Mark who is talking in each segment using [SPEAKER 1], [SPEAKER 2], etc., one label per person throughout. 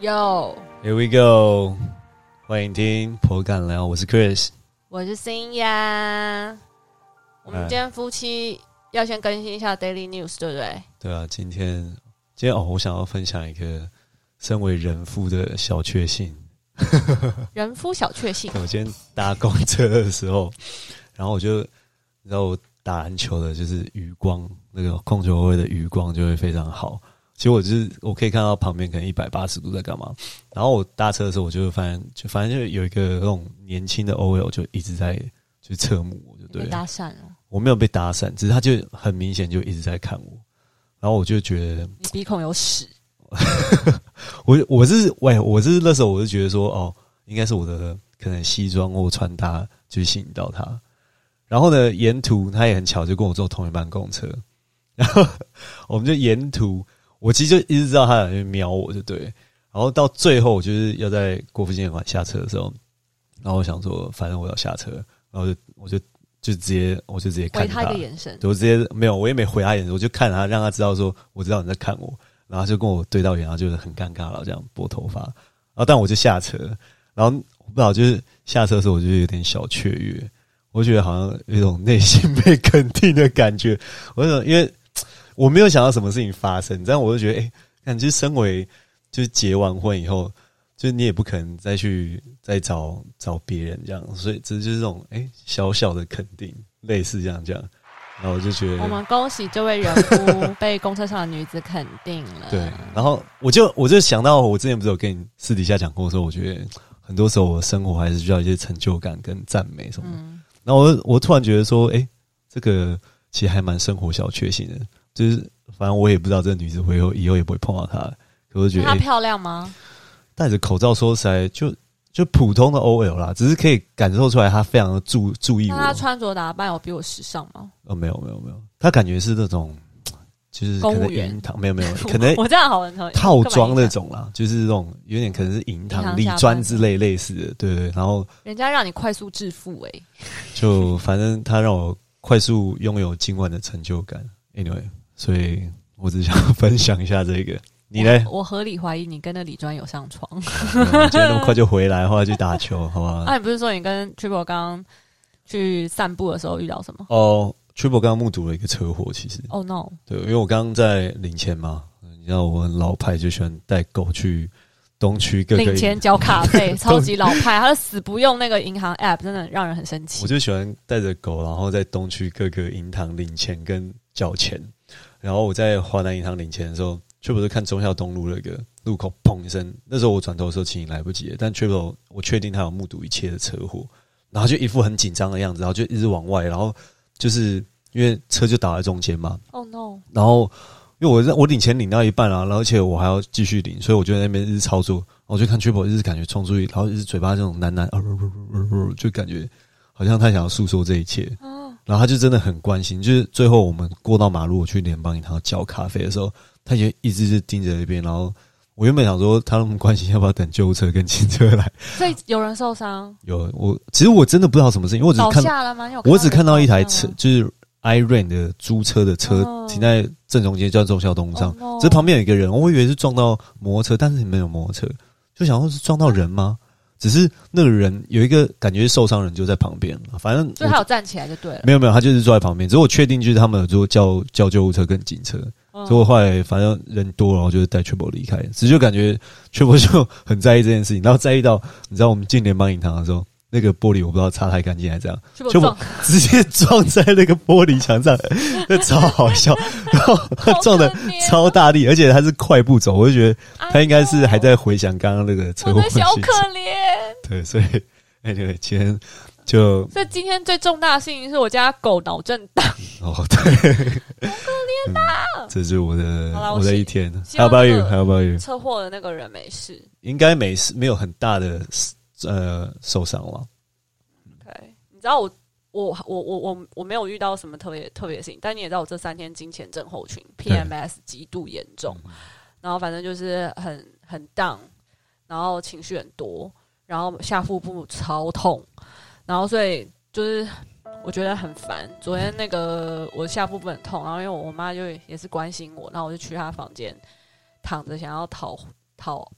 [SPEAKER 1] 有，
[SPEAKER 2] Here we go，欢迎听婆敢聊，我是 Chris。
[SPEAKER 1] 我是新呀。我们
[SPEAKER 2] 哎
[SPEAKER 1] 今天夫妻要先更新一下 Daily News，对不 对？
[SPEAKER 2] 对啊，今天今天哦，我想要分享一个身为人夫的小确幸。
[SPEAKER 1] 人夫小确幸，
[SPEAKER 2] 我今天搭公车的时候， 然后我就，你知道我打篮球的，就是余光那个控球位的余光就会非常好。其实我就是我可以看到旁边可能一百八十度在干嘛，然后我搭车的时候，我就会发现，就反正就有一个那种年轻的 OL 就一直在就侧目我，就 对
[SPEAKER 1] 被
[SPEAKER 2] 了
[SPEAKER 1] 搭讪了，
[SPEAKER 2] 我没有被搭讪，只是他就很明显就一直在看我，然后我就觉得，
[SPEAKER 1] 你鼻孔有屎，
[SPEAKER 2] 我我是喂，我是那时候我就觉得说，哦，应该是我的可能西装或穿搭就吸引到他。然后呢，沿途他也很巧，就跟我坐同一班公车， 然后我们就沿途，我其实就一直知道他在瞄我，就对。然后到最后，我就是要在国父纪念馆下车的时候，然后我想说，反正我要下车，然后就我就就直接我就直接
[SPEAKER 1] 回
[SPEAKER 2] 看
[SPEAKER 1] 他一个眼神，
[SPEAKER 2] 我直接没有，我也没回他眼神，我就看他，让他知道说我知道你在看我，然后他就跟我对到眼，然后就是很尴尬，然后这样拨头发，然后但我就下车，然后我不知道就是下车的时候我就有点小雀跃，我觉得好像有一种内心被肯定的感觉，我就想因为我没有想到什么事情发生，但我就觉得哎，诶感觉身为就是结完婚以后。就是你也不可能再去再找找别人这样，所以这就是这种哎、诶小小的肯定，类似这样这样，然后我就觉得
[SPEAKER 1] 我们恭喜这位人夫被公车上的女子肯定了。
[SPEAKER 2] 对，然后我就我就想到，我之前不是有跟你私底下讲过说，我觉得很多时候我生活还是需要一些成就感跟赞美什么的。
[SPEAKER 1] 嗯，
[SPEAKER 2] 然后我我突然觉得说，诶，这个其实还蛮生活小确幸的，就是反正我也不知道这个女子会后以后也不会碰到她，可我就觉
[SPEAKER 1] 那
[SPEAKER 2] 得、
[SPEAKER 1] 她
[SPEAKER 2] 诶
[SPEAKER 1] 漂亮吗？
[SPEAKER 2] 戴着口罩说实在就就普通的 OL 啦，只是可以感受出来她非常的注注意
[SPEAKER 1] 那
[SPEAKER 2] 我。
[SPEAKER 1] 她穿着打扮有比我时尚吗？
[SPEAKER 2] 哦，没有没有没有，她感觉是那种就是可
[SPEAKER 1] 公
[SPEAKER 2] 能
[SPEAKER 1] 务员
[SPEAKER 2] 银行没有没 有，可能
[SPEAKER 1] 我这样好很讨
[SPEAKER 2] 套装那
[SPEAKER 1] 的，
[SPEAKER 2] 种啦，就是这种有点可能是银
[SPEAKER 1] 银
[SPEAKER 2] 糖、
[SPEAKER 1] 行
[SPEAKER 2] 理
[SPEAKER 1] 下班
[SPEAKER 2] 专之类类似的，对对。对然后
[SPEAKER 1] 人家让你快速致富哎、
[SPEAKER 2] 就反正他让我快速拥有今晚的成就感。Anyway，所以我只想分享一下这个。你呢？
[SPEAKER 1] 我我合理怀疑你跟那李专有上床。
[SPEAKER 2] 没有我今天那么快就回来，后来去打球， 好吧
[SPEAKER 1] 啊，？你不是说你跟 Triple 刚刚去散步的时候遇到什么
[SPEAKER 2] 哦，Triple 刚刚目睹了一个车祸，其实
[SPEAKER 1] ？Oh no！
[SPEAKER 2] 对，因为我刚刚在领钱嘛，你知道我很老派，就喜欢带狗去东区各个
[SPEAKER 1] 领钱
[SPEAKER 2] 银
[SPEAKER 1] 缴卡 费，超级老派，他就死不用那个银行 App，真的让人很生
[SPEAKER 2] 我
[SPEAKER 1] 气。
[SPEAKER 2] 就喜欢带着狗，然后在东区各个银行领钱跟缴钱。然后我在华南银行领钱的时候，Triple 就看忠孝东路那个路口砰一声，那时候我转头的时候其实已经来不及了，但 Triple 我确定他有目睹一切的车祸，然后就一副很紧张的样子，然后就一直往外，然后就是因为车就倒在中间嘛，
[SPEAKER 1] Oh no！
[SPEAKER 2] 然后因为我在我领钱领到一半啊，然后而且我还要继续领，所以我就在那边一直操作，然后我就看 Triple 一直感觉冲出去，然后一直嘴巴这种喃喃啊，就感觉好像他想要诉说这一切，然后他就真的很关心，就是最后我们过到马路我去联邦银行缴咖啡的时候，他也一直是盯着那边，然后。我原本想说他那么关心，要不要等救护车跟警车来？
[SPEAKER 1] 所以有人受伤，
[SPEAKER 2] 有我，其实我真的不知道什么事情，因为我只
[SPEAKER 1] 倒
[SPEAKER 2] 看
[SPEAKER 1] 下了吗？你有
[SPEAKER 2] 我只看到一台车
[SPEAKER 1] 人，
[SPEAKER 2] 就是 Iron 的租车的车
[SPEAKER 1] 哦
[SPEAKER 2] 停在正中间，就在忠孝东路
[SPEAKER 1] 受
[SPEAKER 2] 上
[SPEAKER 1] 伤。吗，
[SPEAKER 2] 这
[SPEAKER 1] 这
[SPEAKER 2] 旁边有一个人，我以为是撞到摩托车，但是没有摩托车，就想说是撞到人吗？只是那个人有一个感觉是受伤人就在旁边，反正
[SPEAKER 1] 所以
[SPEAKER 2] 我
[SPEAKER 1] 他有站起来就对了。
[SPEAKER 2] 没有没有，他就是坐在旁边。只是我确定就是他们有做叫叫救护车跟警车，
[SPEAKER 1] 嗯
[SPEAKER 2] 所以我后来反正人多，然后就是带 Triple 离开。只是就感觉 Triple 就很在意这件事情，然后在意到你知道我们进联邦银行的时候，那个玻璃我不知道擦太干净还是怎样。
[SPEAKER 1] Triple
[SPEAKER 2] 就
[SPEAKER 1] 撞，
[SPEAKER 2] 直接撞在那个玻璃 墙上，那超好
[SPEAKER 1] 哦
[SPEAKER 2] 笑。然后他 撞的
[SPEAKER 1] 好可怜啊
[SPEAKER 2] 超大力，而且他是快步走，我就觉得他应该是还在回想刚刚那个
[SPEAKER 1] 哎
[SPEAKER 2] 车
[SPEAKER 1] 呦
[SPEAKER 2] 祸
[SPEAKER 1] 哦我
[SPEAKER 2] 的
[SPEAKER 1] 的
[SPEAKER 2] 事
[SPEAKER 1] 小
[SPEAKER 2] 情。
[SPEAKER 1] 可怜。
[SPEAKER 2] 对，所以哎，对，今天就
[SPEAKER 1] 所以今天最重大的事情是我家狗脑震荡，
[SPEAKER 2] 哦，对，好可怜啊！这是我的
[SPEAKER 1] 好啦
[SPEAKER 2] 我
[SPEAKER 1] 我
[SPEAKER 2] 的
[SPEAKER 1] 希
[SPEAKER 2] 一天。
[SPEAKER 1] 希
[SPEAKER 2] How
[SPEAKER 1] 望
[SPEAKER 2] about
[SPEAKER 1] 这
[SPEAKER 2] you?
[SPEAKER 1] 个
[SPEAKER 2] How about you?
[SPEAKER 1] 车祸的那个人没事。
[SPEAKER 2] 应该没事，没有很大的呃受伤了。
[SPEAKER 1] 对，你知道我我我我我我没有遇到什么特别特别的事情，但你也知道我这三天金钱症候群 PMS 极度严重，然后反正就是很很 down，然后情绪很多，然后下腹部超痛，然后所以就是。我觉得很烦。昨天那个我下腹部很痛，然后因为我妈就也是关心我，然后我就去她房间躺着，想要讨讨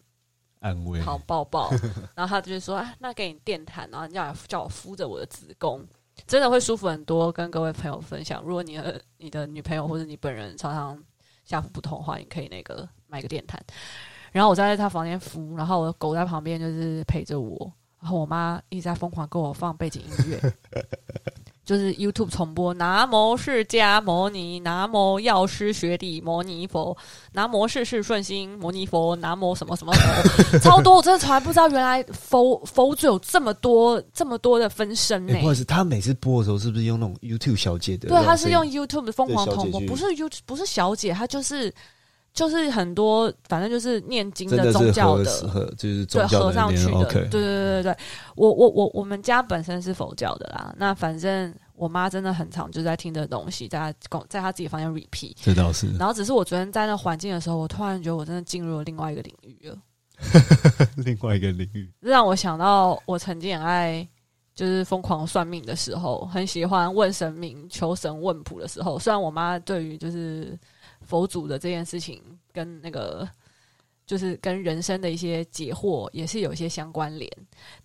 [SPEAKER 2] 安慰，
[SPEAKER 1] 好抱抱。然后他就说啊，那给你电毯，然后你要叫我敷着我的子宫，真的会舒服很多。跟各位朋友分享，如果你的你的女朋友或者你本人常常下腹不痛的话，你可以那个买个电毯。然后我站在他房间敷，然后我的狗在旁边就是陪着我，然后我妈一直在疯狂给我放背景音乐， 就是 YouTube 重播《南无释迦牟尼》《南无药师学弟摩尼佛》《南无世事顺心摩尼佛》《南无什么什么佛》， 超多，我真的从来不知道原来佛佛祖有这么多这么多的分身呢、
[SPEAKER 2] 哎、不好意思，他每次播的时候是不是用那种 YouTube 小姐的？
[SPEAKER 1] 对，他是用 YouTube 的疯狂
[SPEAKER 3] 对小姐
[SPEAKER 1] 同播，
[SPEAKER 3] 剧
[SPEAKER 1] 不是 You 不是小姐，他就是就是很多，反正就是念经
[SPEAKER 2] 真的
[SPEAKER 1] 宗
[SPEAKER 2] 是
[SPEAKER 1] 教
[SPEAKER 2] 和
[SPEAKER 1] 的
[SPEAKER 2] 和就是宗
[SPEAKER 1] 对
[SPEAKER 2] 教
[SPEAKER 1] 合
[SPEAKER 2] 的那
[SPEAKER 1] 上去
[SPEAKER 2] 边
[SPEAKER 1] 的，对
[SPEAKER 2] OK，
[SPEAKER 1] 对对对对，我我我我们家本身是佛教的啦，那反正我妈真的很常就在听这东西，在她公在她自己房间 repeat，
[SPEAKER 2] 这倒是。
[SPEAKER 1] 然后只是我昨天在那环境的时候，我突然觉得我真的进入了另外一个领域了，
[SPEAKER 2] 另外一个领 域，
[SPEAKER 1] 这让我想到我曾经很爱就是疯狂算命的时候，很喜欢问神明、求神问卜的时候，虽然我妈对于就是佛祖的这件事情跟那个就是跟人生的一些解惑也是有一些相关联，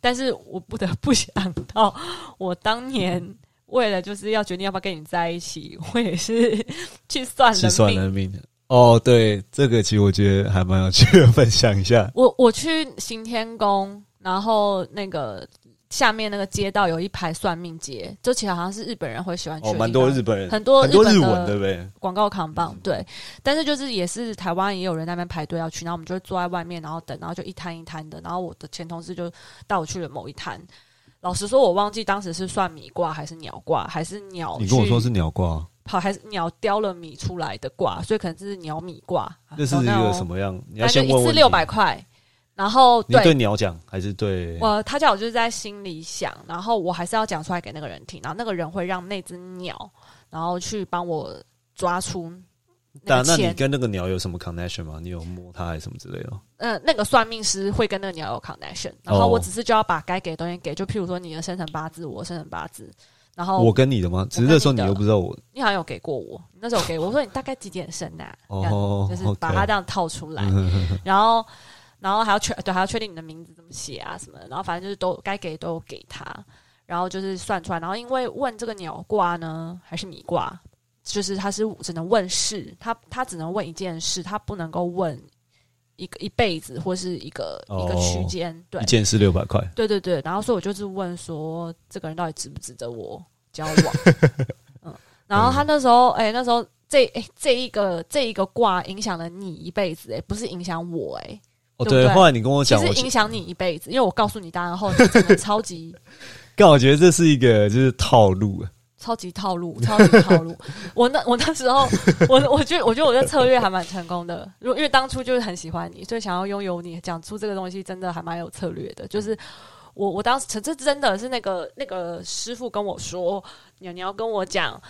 [SPEAKER 1] 但是我不得不 想到，我当年为了就是要决定要不要跟你在一起，我也是 去算了
[SPEAKER 2] 是算
[SPEAKER 1] 命。
[SPEAKER 2] 人命的。哦，对，这个其实我觉得还蛮有趣的，分享一下。
[SPEAKER 1] 我我去行天宫，然后那个下面那个街道有一排算命街，就其实好像是日本人会喜欢去的
[SPEAKER 3] 哦，
[SPEAKER 1] 地方，
[SPEAKER 3] 蛮多日本人，
[SPEAKER 1] 很多
[SPEAKER 3] 很多
[SPEAKER 1] 日本
[SPEAKER 3] 日
[SPEAKER 1] 的
[SPEAKER 3] 文，对不对？
[SPEAKER 1] 广告扛棒，对。但是就是也是台湾也有人在那边排队要去，然后我们就会坐在外面，然后等，然后就一摊一摊的。然后我的前同事就带我去了某一摊。老实说，我忘记当时是算米卦还是鸟卦，还是鸟
[SPEAKER 2] 你跟我
[SPEAKER 1] 去
[SPEAKER 2] 说是鸟卦，
[SPEAKER 1] 跑还是鸟叼了米出来的卦，所以可能是鸟米卦。
[SPEAKER 2] 那是一个什？么样？你要
[SPEAKER 1] 反正
[SPEAKER 2] 先
[SPEAKER 1] 就一
[SPEAKER 2] 问
[SPEAKER 1] 次
[SPEAKER 2] 问
[SPEAKER 1] 六百，块，然后
[SPEAKER 2] 你对鸟讲还是对？
[SPEAKER 1] 我他叫我就是在心里想，然后我还是要讲出来给那个人听，然后那个人会让那只鸟，然后去帮我抓出那个
[SPEAKER 2] 那啊那你
[SPEAKER 1] 签。
[SPEAKER 2] 跟那个鸟有什么 connection 吗？你有摸它还是什么之类的吗？
[SPEAKER 1] 嗯、那个算命师会跟那个鸟有 connection，然
[SPEAKER 2] 哦
[SPEAKER 1] 后我只是就要把该给的东西给，就譬如说你的生辰八字，我的生辰八字，然后
[SPEAKER 2] 我跟你的吗？只是那时候你又不知道我
[SPEAKER 1] 哦你好像有给过我，你那时候有给我，我说你大概几点生呐、这样
[SPEAKER 2] 哦，
[SPEAKER 1] 就是把它这样套出来，然后然后还要确对还要确定你的名字怎么写啊什么的，然后反正就是都该给都有给他，然后就是算出来，然后因为问这个鸟卦呢还是米卦，就是他是只能问事，他他只能问一件事，他不能够问一个一辈子或是一个、一个区
[SPEAKER 2] 哦
[SPEAKER 1] 间，对
[SPEAKER 2] OK 一件事六百块，
[SPEAKER 1] 对对对，然后所以我就是问说，这个人到底值不值得我交往？嗯，然后他那时候，哎、那时候这哎、这一个这一个卦影响了你一辈子、哎，不是影响我、哎，
[SPEAKER 2] 哦
[SPEAKER 1] 对不对
[SPEAKER 2] 后来你跟我
[SPEAKER 1] 其
[SPEAKER 2] 讲，
[SPEAKER 1] 实
[SPEAKER 2] 我
[SPEAKER 1] 影响你一辈子，因为我告诉你答案后，你真的超级
[SPEAKER 2] 但我觉得这是一个就是套路，啊
[SPEAKER 1] 超级套路，超级套路。我那我那时候，我我觉得我觉得我的策略还蛮成功的。如因为当初就是很喜欢你，所以想要拥有你，讲出这个东西真的还蛮有策略的。就是我我当时这这真的是那个那个师傅跟我说，你你要跟我讲，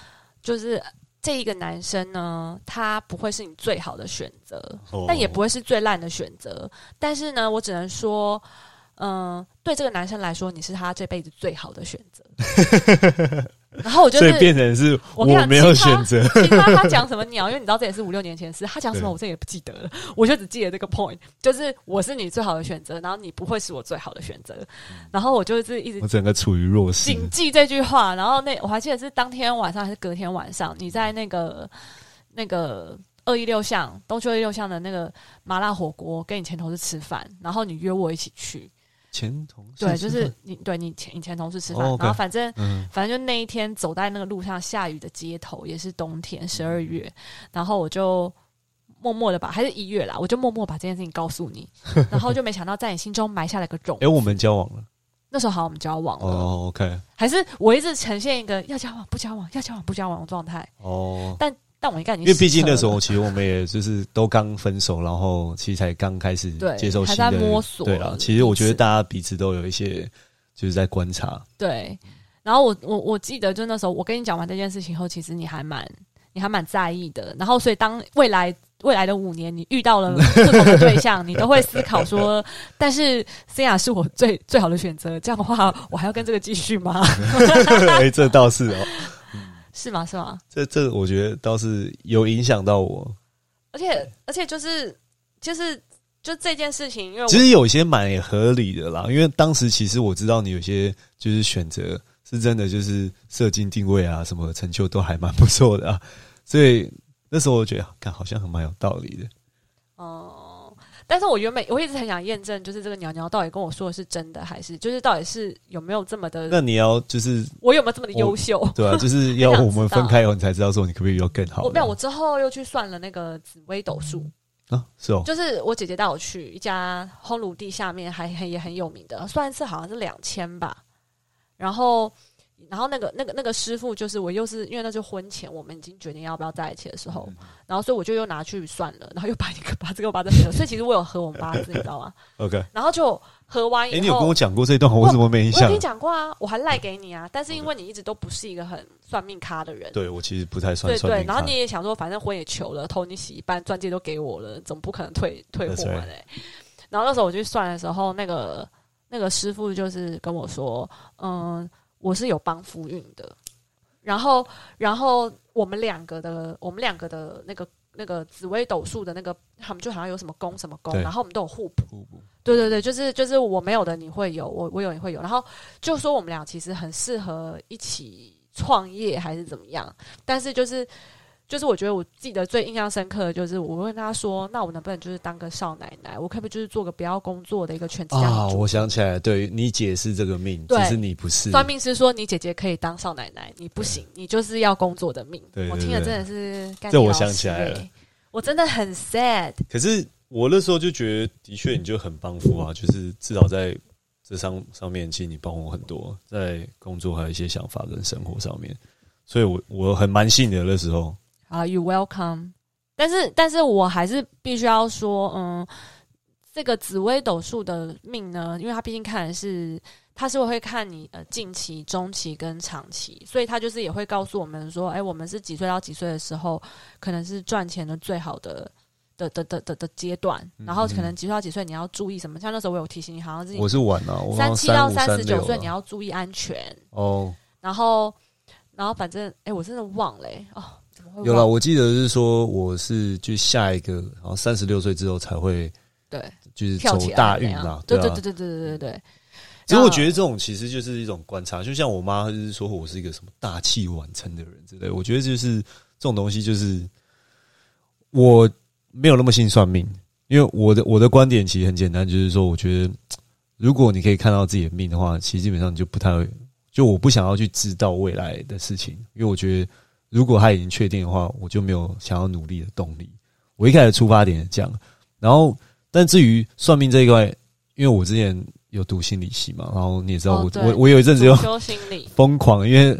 [SPEAKER 1] 就是这一个男生呢，他不会是你最好的选择，
[SPEAKER 2] 哦
[SPEAKER 1] 但也不会是最烂的选择。但是呢，我只能说，嗯、对这个男生来说，你是他这辈子最好的选 择。然后我就
[SPEAKER 2] 所以
[SPEAKER 1] 是
[SPEAKER 2] 变成是
[SPEAKER 1] 我跟你讲
[SPEAKER 2] 没有选择。
[SPEAKER 1] 听他他讲什么鸟，因为你知道这也是五六年前的事，他讲什么
[SPEAKER 2] 对
[SPEAKER 1] 我这也不记得了，我就只记得这个 point，就是我是你最好的选择，然后你不会是我最好的选择。
[SPEAKER 2] 嗯
[SPEAKER 1] 然后我就是一直
[SPEAKER 2] 我整个处于弱势，
[SPEAKER 1] 谨记这句话。然后那我还记得是当天晚上还是隔天晚上，你在那个那个二一六巷东区二一六巷的那个麻辣火锅跟你前同事吃饭，然后你约我一起去，
[SPEAKER 2] 前同事
[SPEAKER 1] 对，就
[SPEAKER 2] 身
[SPEAKER 1] 是
[SPEAKER 2] 份
[SPEAKER 1] 你对你前你前同事吃饭，
[SPEAKER 2] 哦，OK
[SPEAKER 1] 然后反正
[SPEAKER 2] 嗯，
[SPEAKER 1] 反正就那一天走在那个路上，下雨的街头，也是冬天十二月，然后我就默默的把还是一月啦，我就默默地把这件事情告诉 你，然后就没想到在你心中埋下了个种
[SPEAKER 2] 哎、。我们交往了
[SPEAKER 1] 那时候好，我们交往了，
[SPEAKER 2] 哦，OK，
[SPEAKER 1] 还是我一直呈现一个要交往不交往，要交往不交往的状态，
[SPEAKER 2] 哦，
[SPEAKER 1] 但我应该已经
[SPEAKER 2] 因为毕竟那时
[SPEAKER 1] 失
[SPEAKER 2] 候其实我们也就是都刚分手，然后其实才刚开始
[SPEAKER 1] 对
[SPEAKER 2] 接受新
[SPEAKER 1] 还
[SPEAKER 2] 的
[SPEAKER 1] 在摸索
[SPEAKER 2] 对啦，其实我觉
[SPEAKER 1] 彼
[SPEAKER 2] 得
[SPEAKER 1] 此
[SPEAKER 2] 大家彼此都有一些就是在观 察，
[SPEAKER 1] 策了对。然后我我我记得，就那时候我跟你讲完这件事情后，其实你还蛮你还蛮在意的。然后所以当未来未来的五年，你遇到了 不同的对象，你都会思考说，但是森雅是我最最好的选择，这样的话我还要跟这个继续吗？
[SPEAKER 2] 哎、这倒是哦，
[SPEAKER 1] 是吗？是吗？
[SPEAKER 2] 这这我
[SPEAKER 1] 哦
[SPEAKER 2] 觉得倒是有影响到我，
[SPEAKER 1] 而且而且就是就是就这件事情，因为我
[SPEAKER 2] 其实有些蛮也合理的啦，因为当时其实我知道你有些就是选择是真的，就是射精定位啊，什么成就都还蛮不错的、啊，所以那时候我觉得，啊看好像很蛮有道理的。
[SPEAKER 1] 哦、但是我原本我一直很想验证，就是这个鸟鸟到底跟我说的是真的，还是就是到底是有没有这么的，
[SPEAKER 2] 那你要就是
[SPEAKER 1] 我有没有这么的优秀？
[SPEAKER 2] 对啊， 就是要
[SPEAKER 1] 很想
[SPEAKER 2] 我
[SPEAKER 1] 知道
[SPEAKER 2] 们分开以后，你才知道说你可不可以有更好的。
[SPEAKER 1] 我没有，我之后又去算了那个紫微斗数，
[SPEAKER 2] 啊，是 哦，
[SPEAKER 1] 就是我姐姐带我去一家烘炉地下面还很也很有名的，算是好像是两千吧。然后，然后那个那个那个师傅就是我，又是因为那就婚前我们已经决定要不要在一起的时候，
[SPEAKER 2] 嗯
[SPEAKER 1] 然后所以我就又拿去算了，然后又把一个把这个把这个，所以其实我有合我们八字，你知道吗？
[SPEAKER 2] OK，哎、
[SPEAKER 1] 然后就合完以后，
[SPEAKER 2] 诶你有跟我讲过这段话，我怎么没印
[SPEAKER 1] 我有
[SPEAKER 2] 象
[SPEAKER 1] 跟你？讲过啊，我还赖给你啊，但是因为你一直都不是一个很算命咖的人，
[SPEAKER 2] 对我其实不太算
[SPEAKER 1] 对
[SPEAKER 2] 算
[SPEAKER 1] 对，
[SPEAKER 2] 命
[SPEAKER 1] 然后
[SPEAKER 2] 咖
[SPEAKER 1] 你也想说，反正婚也求了，头你洗一半，钻戒都给我了，总不可能退退货嘛
[SPEAKER 2] That's
[SPEAKER 1] 嘞。然后那时候我去算的时候，那个那个师傅就是跟我说，嗯，我是有帮夫运的，然后然后我们两个的我们两个的那个那个紫微斗数的那个，他们就好像有什么宫什么宫，
[SPEAKER 2] 对
[SPEAKER 1] 然后我们都有互补。
[SPEAKER 2] 互补
[SPEAKER 1] 对对对，就是就是我没有的你会有，我我有你会有，然后就说我们俩其实很适合一起创业还是怎么样，但是就是就是我觉得我记得最印象深刻的就是我问他说，那我能不能就是当个少奶奶，我可不可以就是做个不要工作的一个全职家庭
[SPEAKER 2] 啊，
[SPEAKER 1] 主妇
[SPEAKER 2] 我想起来了，对你姐是这个命，只
[SPEAKER 1] 对
[SPEAKER 2] 是你不是。
[SPEAKER 1] 算命师说你姐姐可以当少奶奶，你不行，你就是要工作的命。
[SPEAKER 2] 对对
[SPEAKER 1] 我听了
[SPEAKER 2] 对
[SPEAKER 1] 真的是干
[SPEAKER 2] 这
[SPEAKER 1] 你
[SPEAKER 2] 我
[SPEAKER 1] 老
[SPEAKER 2] 想
[SPEAKER 1] 师
[SPEAKER 2] 起来了
[SPEAKER 1] 欸，我真的很 sad。
[SPEAKER 2] 可是我那时候就觉得，的确你就很帮扶啊，就是至少在这上上面，其实你帮我很多，在工作还有一些想法跟生活上面，所以我我很蛮幸的那时候。
[SPEAKER 1] 啊、y o u welcome。但是，但是我还是必须要说，嗯，这个紫微斗数的命呢，因为它毕竟看的是，它是会看你呃近期、中期跟长期，所以它就是也会告诉我们说，哎、我们是几岁到几岁的时候，可能是赚钱的最好的。的的的的的阶段，
[SPEAKER 2] 嗯
[SPEAKER 1] 然后可能几岁到几岁你要注意什么？像那时候我有提醒你，好像是
[SPEAKER 2] 我是晚啊，我好
[SPEAKER 1] 三
[SPEAKER 2] 像
[SPEAKER 1] 七到
[SPEAKER 2] 五
[SPEAKER 1] 三
[SPEAKER 2] 三
[SPEAKER 1] 十九
[SPEAKER 2] 六
[SPEAKER 1] 岁
[SPEAKER 2] 了
[SPEAKER 1] 你要注意安全，
[SPEAKER 2] 哦，
[SPEAKER 1] 然后然后反正哎、我真的忘了、哎哦，怎么会
[SPEAKER 2] 有
[SPEAKER 1] 忘
[SPEAKER 2] 了，我记得是说我是就下一个，然后三十六岁之后才会
[SPEAKER 1] 对
[SPEAKER 2] 就是
[SPEAKER 1] 跳
[SPEAKER 2] 走
[SPEAKER 1] 起来
[SPEAKER 2] 大
[SPEAKER 1] 怎
[SPEAKER 2] 运
[SPEAKER 1] 样
[SPEAKER 2] 啦，
[SPEAKER 1] 对
[SPEAKER 2] 啊
[SPEAKER 1] 对。对对对对对。
[SPEAKER 2] 其实我
[SPEAKER 1] 然后
[SPEAKER 2] 觉得这种其实就是一种观察，就像我妈就是说我是一个什么大器晚成的人之类，我觉得就是这种东西就是我没有那么信算命，因为我的我的观点其实很简单，就是说我觉得如果你可以看到自己的命的话，其实基本上你就不太会，就我不想要去知道未来的事情，因为我觉得如果它已经确定的话，我就没有想要努力的动力。我一开始出发点是这样，然后但至于算命这一块，因为我之前有读心理系嘛，然后你也知道
[SPEAKER 1] 哦
[SPEAKER 2] 我、
[SPEAKER 1] 对
[SPEAKER 2] 我我有一阵
[SPEAKER 1] 主
[SPEAKER 2] 子又
[SPEAKER 1] 修心理，
[SPEAKER 2] 疯狂，因为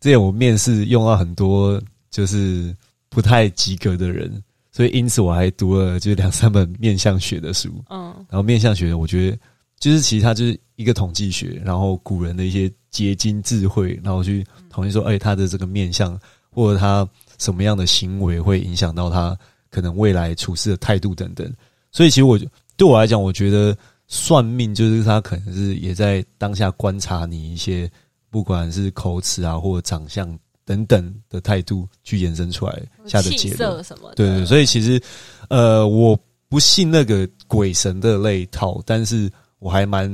[SPEAKER 2] 之前我面试用到很多就是不太及格的人，所以因此我还读了就是两三本面相学的书。
[SPEAKER 1] 嗯，
[SPEAKER 2] 然后面相学，我觉得就是其实它就是一个统计学，然后古人的一些结晶智慧，然后去统计说，哎、他的这个面相或者他什么样的行为会影响到他可能未来处事的态度等等。所以其实我对我来讲，我觉得算命就是他可能是也在当下观察你一些不管是口齿啊或者长相等等的态度去延伸出来 下
[SPEAKER 1] 哦
[SPEAKER 2] 的
[SPEAKER 1] 气
[SPEAKER 2] 结论。
[SPEAKER 1] 色什么的，
[SPEAKER 2] 对对，所以其实呃，我不信那个鬼神的那一套，但是我还蛮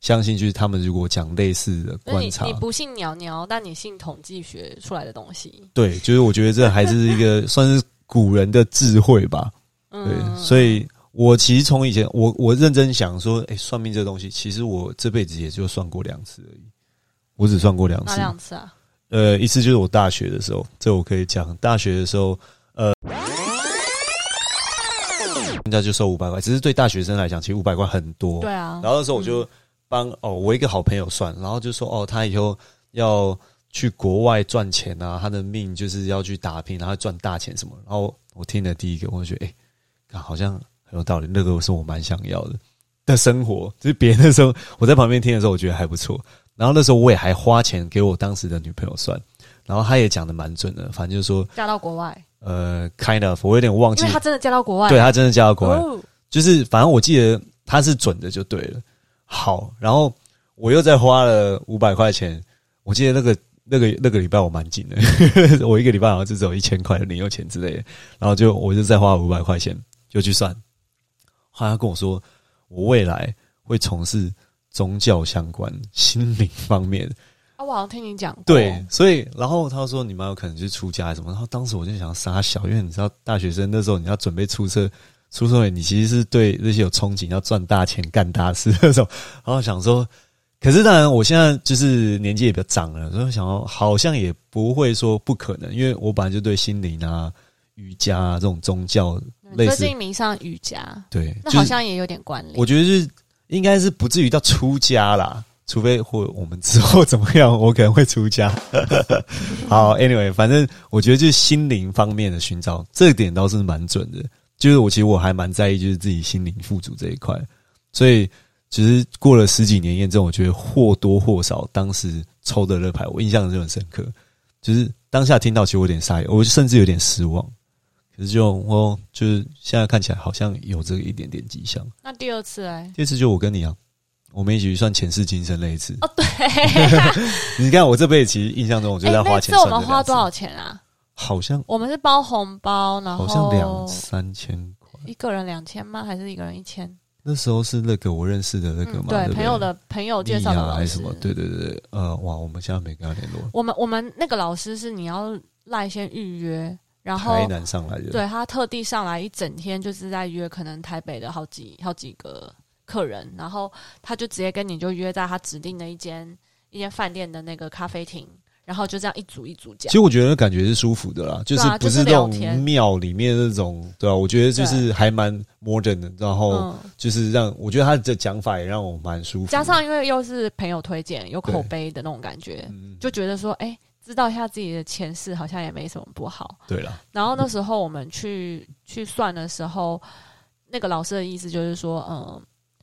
[SPEAKER 2] 相信，就是他们如果讲类似的
[SPEAKER 1] 所以
[SPEAKER 2] 观察
[SPEAKER 1] 你，你不信鸟鸟，但你信统计学出来的东西，
[SPEAKER 2] 对，就是我觉得这还是一个算是古人的智慧吧。
[SPEAKER 1] 嗯，
[SPEAKER 2] 对，所以我其实从以前，我我认真想说，哎、算命这东西，其实我这辈子也就算过两次而已，我只算过两
[SPEAKER 1] 那
[SPEAKER 2] 次，
[SPEAKER 1] 两次啊，
[SPEAKER 2] 呃，一次就是我大学的时候，这我可以讲。大学的时候，呃，人家就收五百块，只是对大学生来讲，其实五百块很多。
[SPEAKER 1] 对。啊，
[SPEAKER 2] 然后那时候我就帮、哦，我一个好朋友算，然后就说哦，他以后要去国外赚钱啊，他的命就是要去打拼，然后赚大钱什么。然后我听了第一个，我就觉得哎、看好像很有道理，那个是我蛮想要的的生活。就是别人的时候，我在旁边听的时候，我觉得还不错。然后那时候我也还花钱给我当时的女朋友算，然后她也讲的蛮准的，反正就是说
[SPEAKER 1] 嫁到国外，
[SPEAKER 2] 呃，kind of，我有点忘记
[SPEAKER 1] 因为，他真的嫁到国外，
[SPEAKER 2] 对她真的嫁到国外，
[SPEAKER 1] 哦，
[SPEAKER 2] 就是反正我记得它是准的就对了。好，然后我又再花了五百块钱，我记得那个那个那个礼拜我蛮紧的， 我一个礼拜好像就只有一千块的零用钱之类的，然后就我就再花五百块钱就去算，后来他跟我说，我未来会从事宗教相关、心灵方面。
[SPEAKER 1] 啊，我好像听你讲过，
[SPEAKER 2] 对，所以然后他说你蛮有可能去出家什么。然后当时我就想傻小，因为你知道大学生那时候你要准备出社出社会，你其实是对这些有憧憬，要赚大钱、干大事那种。 然后想说，可是当然我现在就是年纪也比较长了，所以想要好像也不会说不可能，因为我本来就对心灵啊、瑜伽啊这种宗教
[SPEAKER 1] 嗯
[SPEAKER 2] 类
[SPEAKER 1] 最
[SPEAKER 2] 似
[SPEAKER 1] 近迷上瑜伽，
[SPEAKER 2] 对，
[SPEAKER 1] 那
[SPEAKER 2] 就
[SPEAKER 1] 好
[SPEAKER 2] 是
[SPEAKER 1] 像也有点关联。
[SPEAKER 2] 我觉得是应该是不至于到出家啦，除非或我们之后怎么样，我可能会出家。 好，anyway，反正我觉得就是心灵方面的寻找，这点倒是蛮准的。就是我其实我还蛮在意，就是自己心灵富足这一块，所以其实过了十几年验证，我觉得或多或少当时抽的乐牌，我印象就很深刻。就是当下听到，其实我有点傻眼，我甚至有点失望。可是就我就是现在看起来好像有这个一点点迹象。
[SPEAKER 1] 那第二次哎，
[SPEAKER 2] 这次就我跟你啊，我们一起去算前世今生那一次。
[SPEAKER 1] 哦对，
[SPEAKER 2] 你看我这辈子其实印象中，我就
[SPEAKER 1] 哎
[SPEAKER 2] 在
[SPEAKER 1] 那
[SPEAKER 2] 花钱
[SPEAKER 1] 次我
[SPEAKER 2] 算、
[SPEAKER 1] 们花多少？哦钱啊？
[SPEAKER 2] 好像
[SPEAKER 1] 我们是包红包，然后
[SPEAKER 2] 好像两三千块。
[SPEAKER 1] 一个人两千吗？还是一个人一千？
[SPEAKER 2] 那时候是那个我认识的那个嘛，对
[SPEAKER 1] 嗯
[SPEAKER 2] 不对，
[SPEAKER 1] 朋友的朋友介绍
[SPEAKER 2] 你
[SPEAKER 1] 的
[SPEAKER 2] 啊
[SPEAKER 1] 老
[SPEAKER 2] 还
[SPEAKER 1] 师。
[SPEAKER 2] 是什么？对对对，对呃，哇，我们现在没跟他联络，
[SPEAKER 1] 我们我们那个老师是你要赖先预约，然后
[SPEAKER 2] 台南上来的，
[SPEAKER 1] 对他特地上来一整天，就是在约可能台北的好几好几个客人，然后他就直接跟你就约在他指定的一间一间饭店的那个咖啡厅，然后就这样一组一组
[SPEAKER 2] 其
[SPEAKER 1] 讲。
[SPEAKER 2] 实我觉得感觉是舒服的啦，就是
[SPEAKER 1] 对啊
[SPEAKER 2] 不是
[SPEAKER 1] 就是
[SPEAKER 2] 那
[SPEAKER 1] 聊
[SPEAKER 2] 种
[SPEAKER 1] 天
[SPEAKER 2] 庙里面那种，对啊，我觉得就是还蛮 modern 的，然后
[SPEAKER 1] 嗯，
[SPEAKER 2] 就是让我觉得他的讲法也让我蛮舒服的，
[SPEAKER 1] 加上因为又是朋友推荐，有口
[SPEAKER 2] 对
[SPEAKER 1] 碑的那种感觉，
[SPEAKER 2] 嗯
[SPEAKER 1] 就觉得说，哎、知道一下自己的前世好像也没什么不好。
[SPEAKER 2] 对了，
[SPEAKER 1] 然后那时候我们去去算的时候，那个老师的意思就是说，嗯，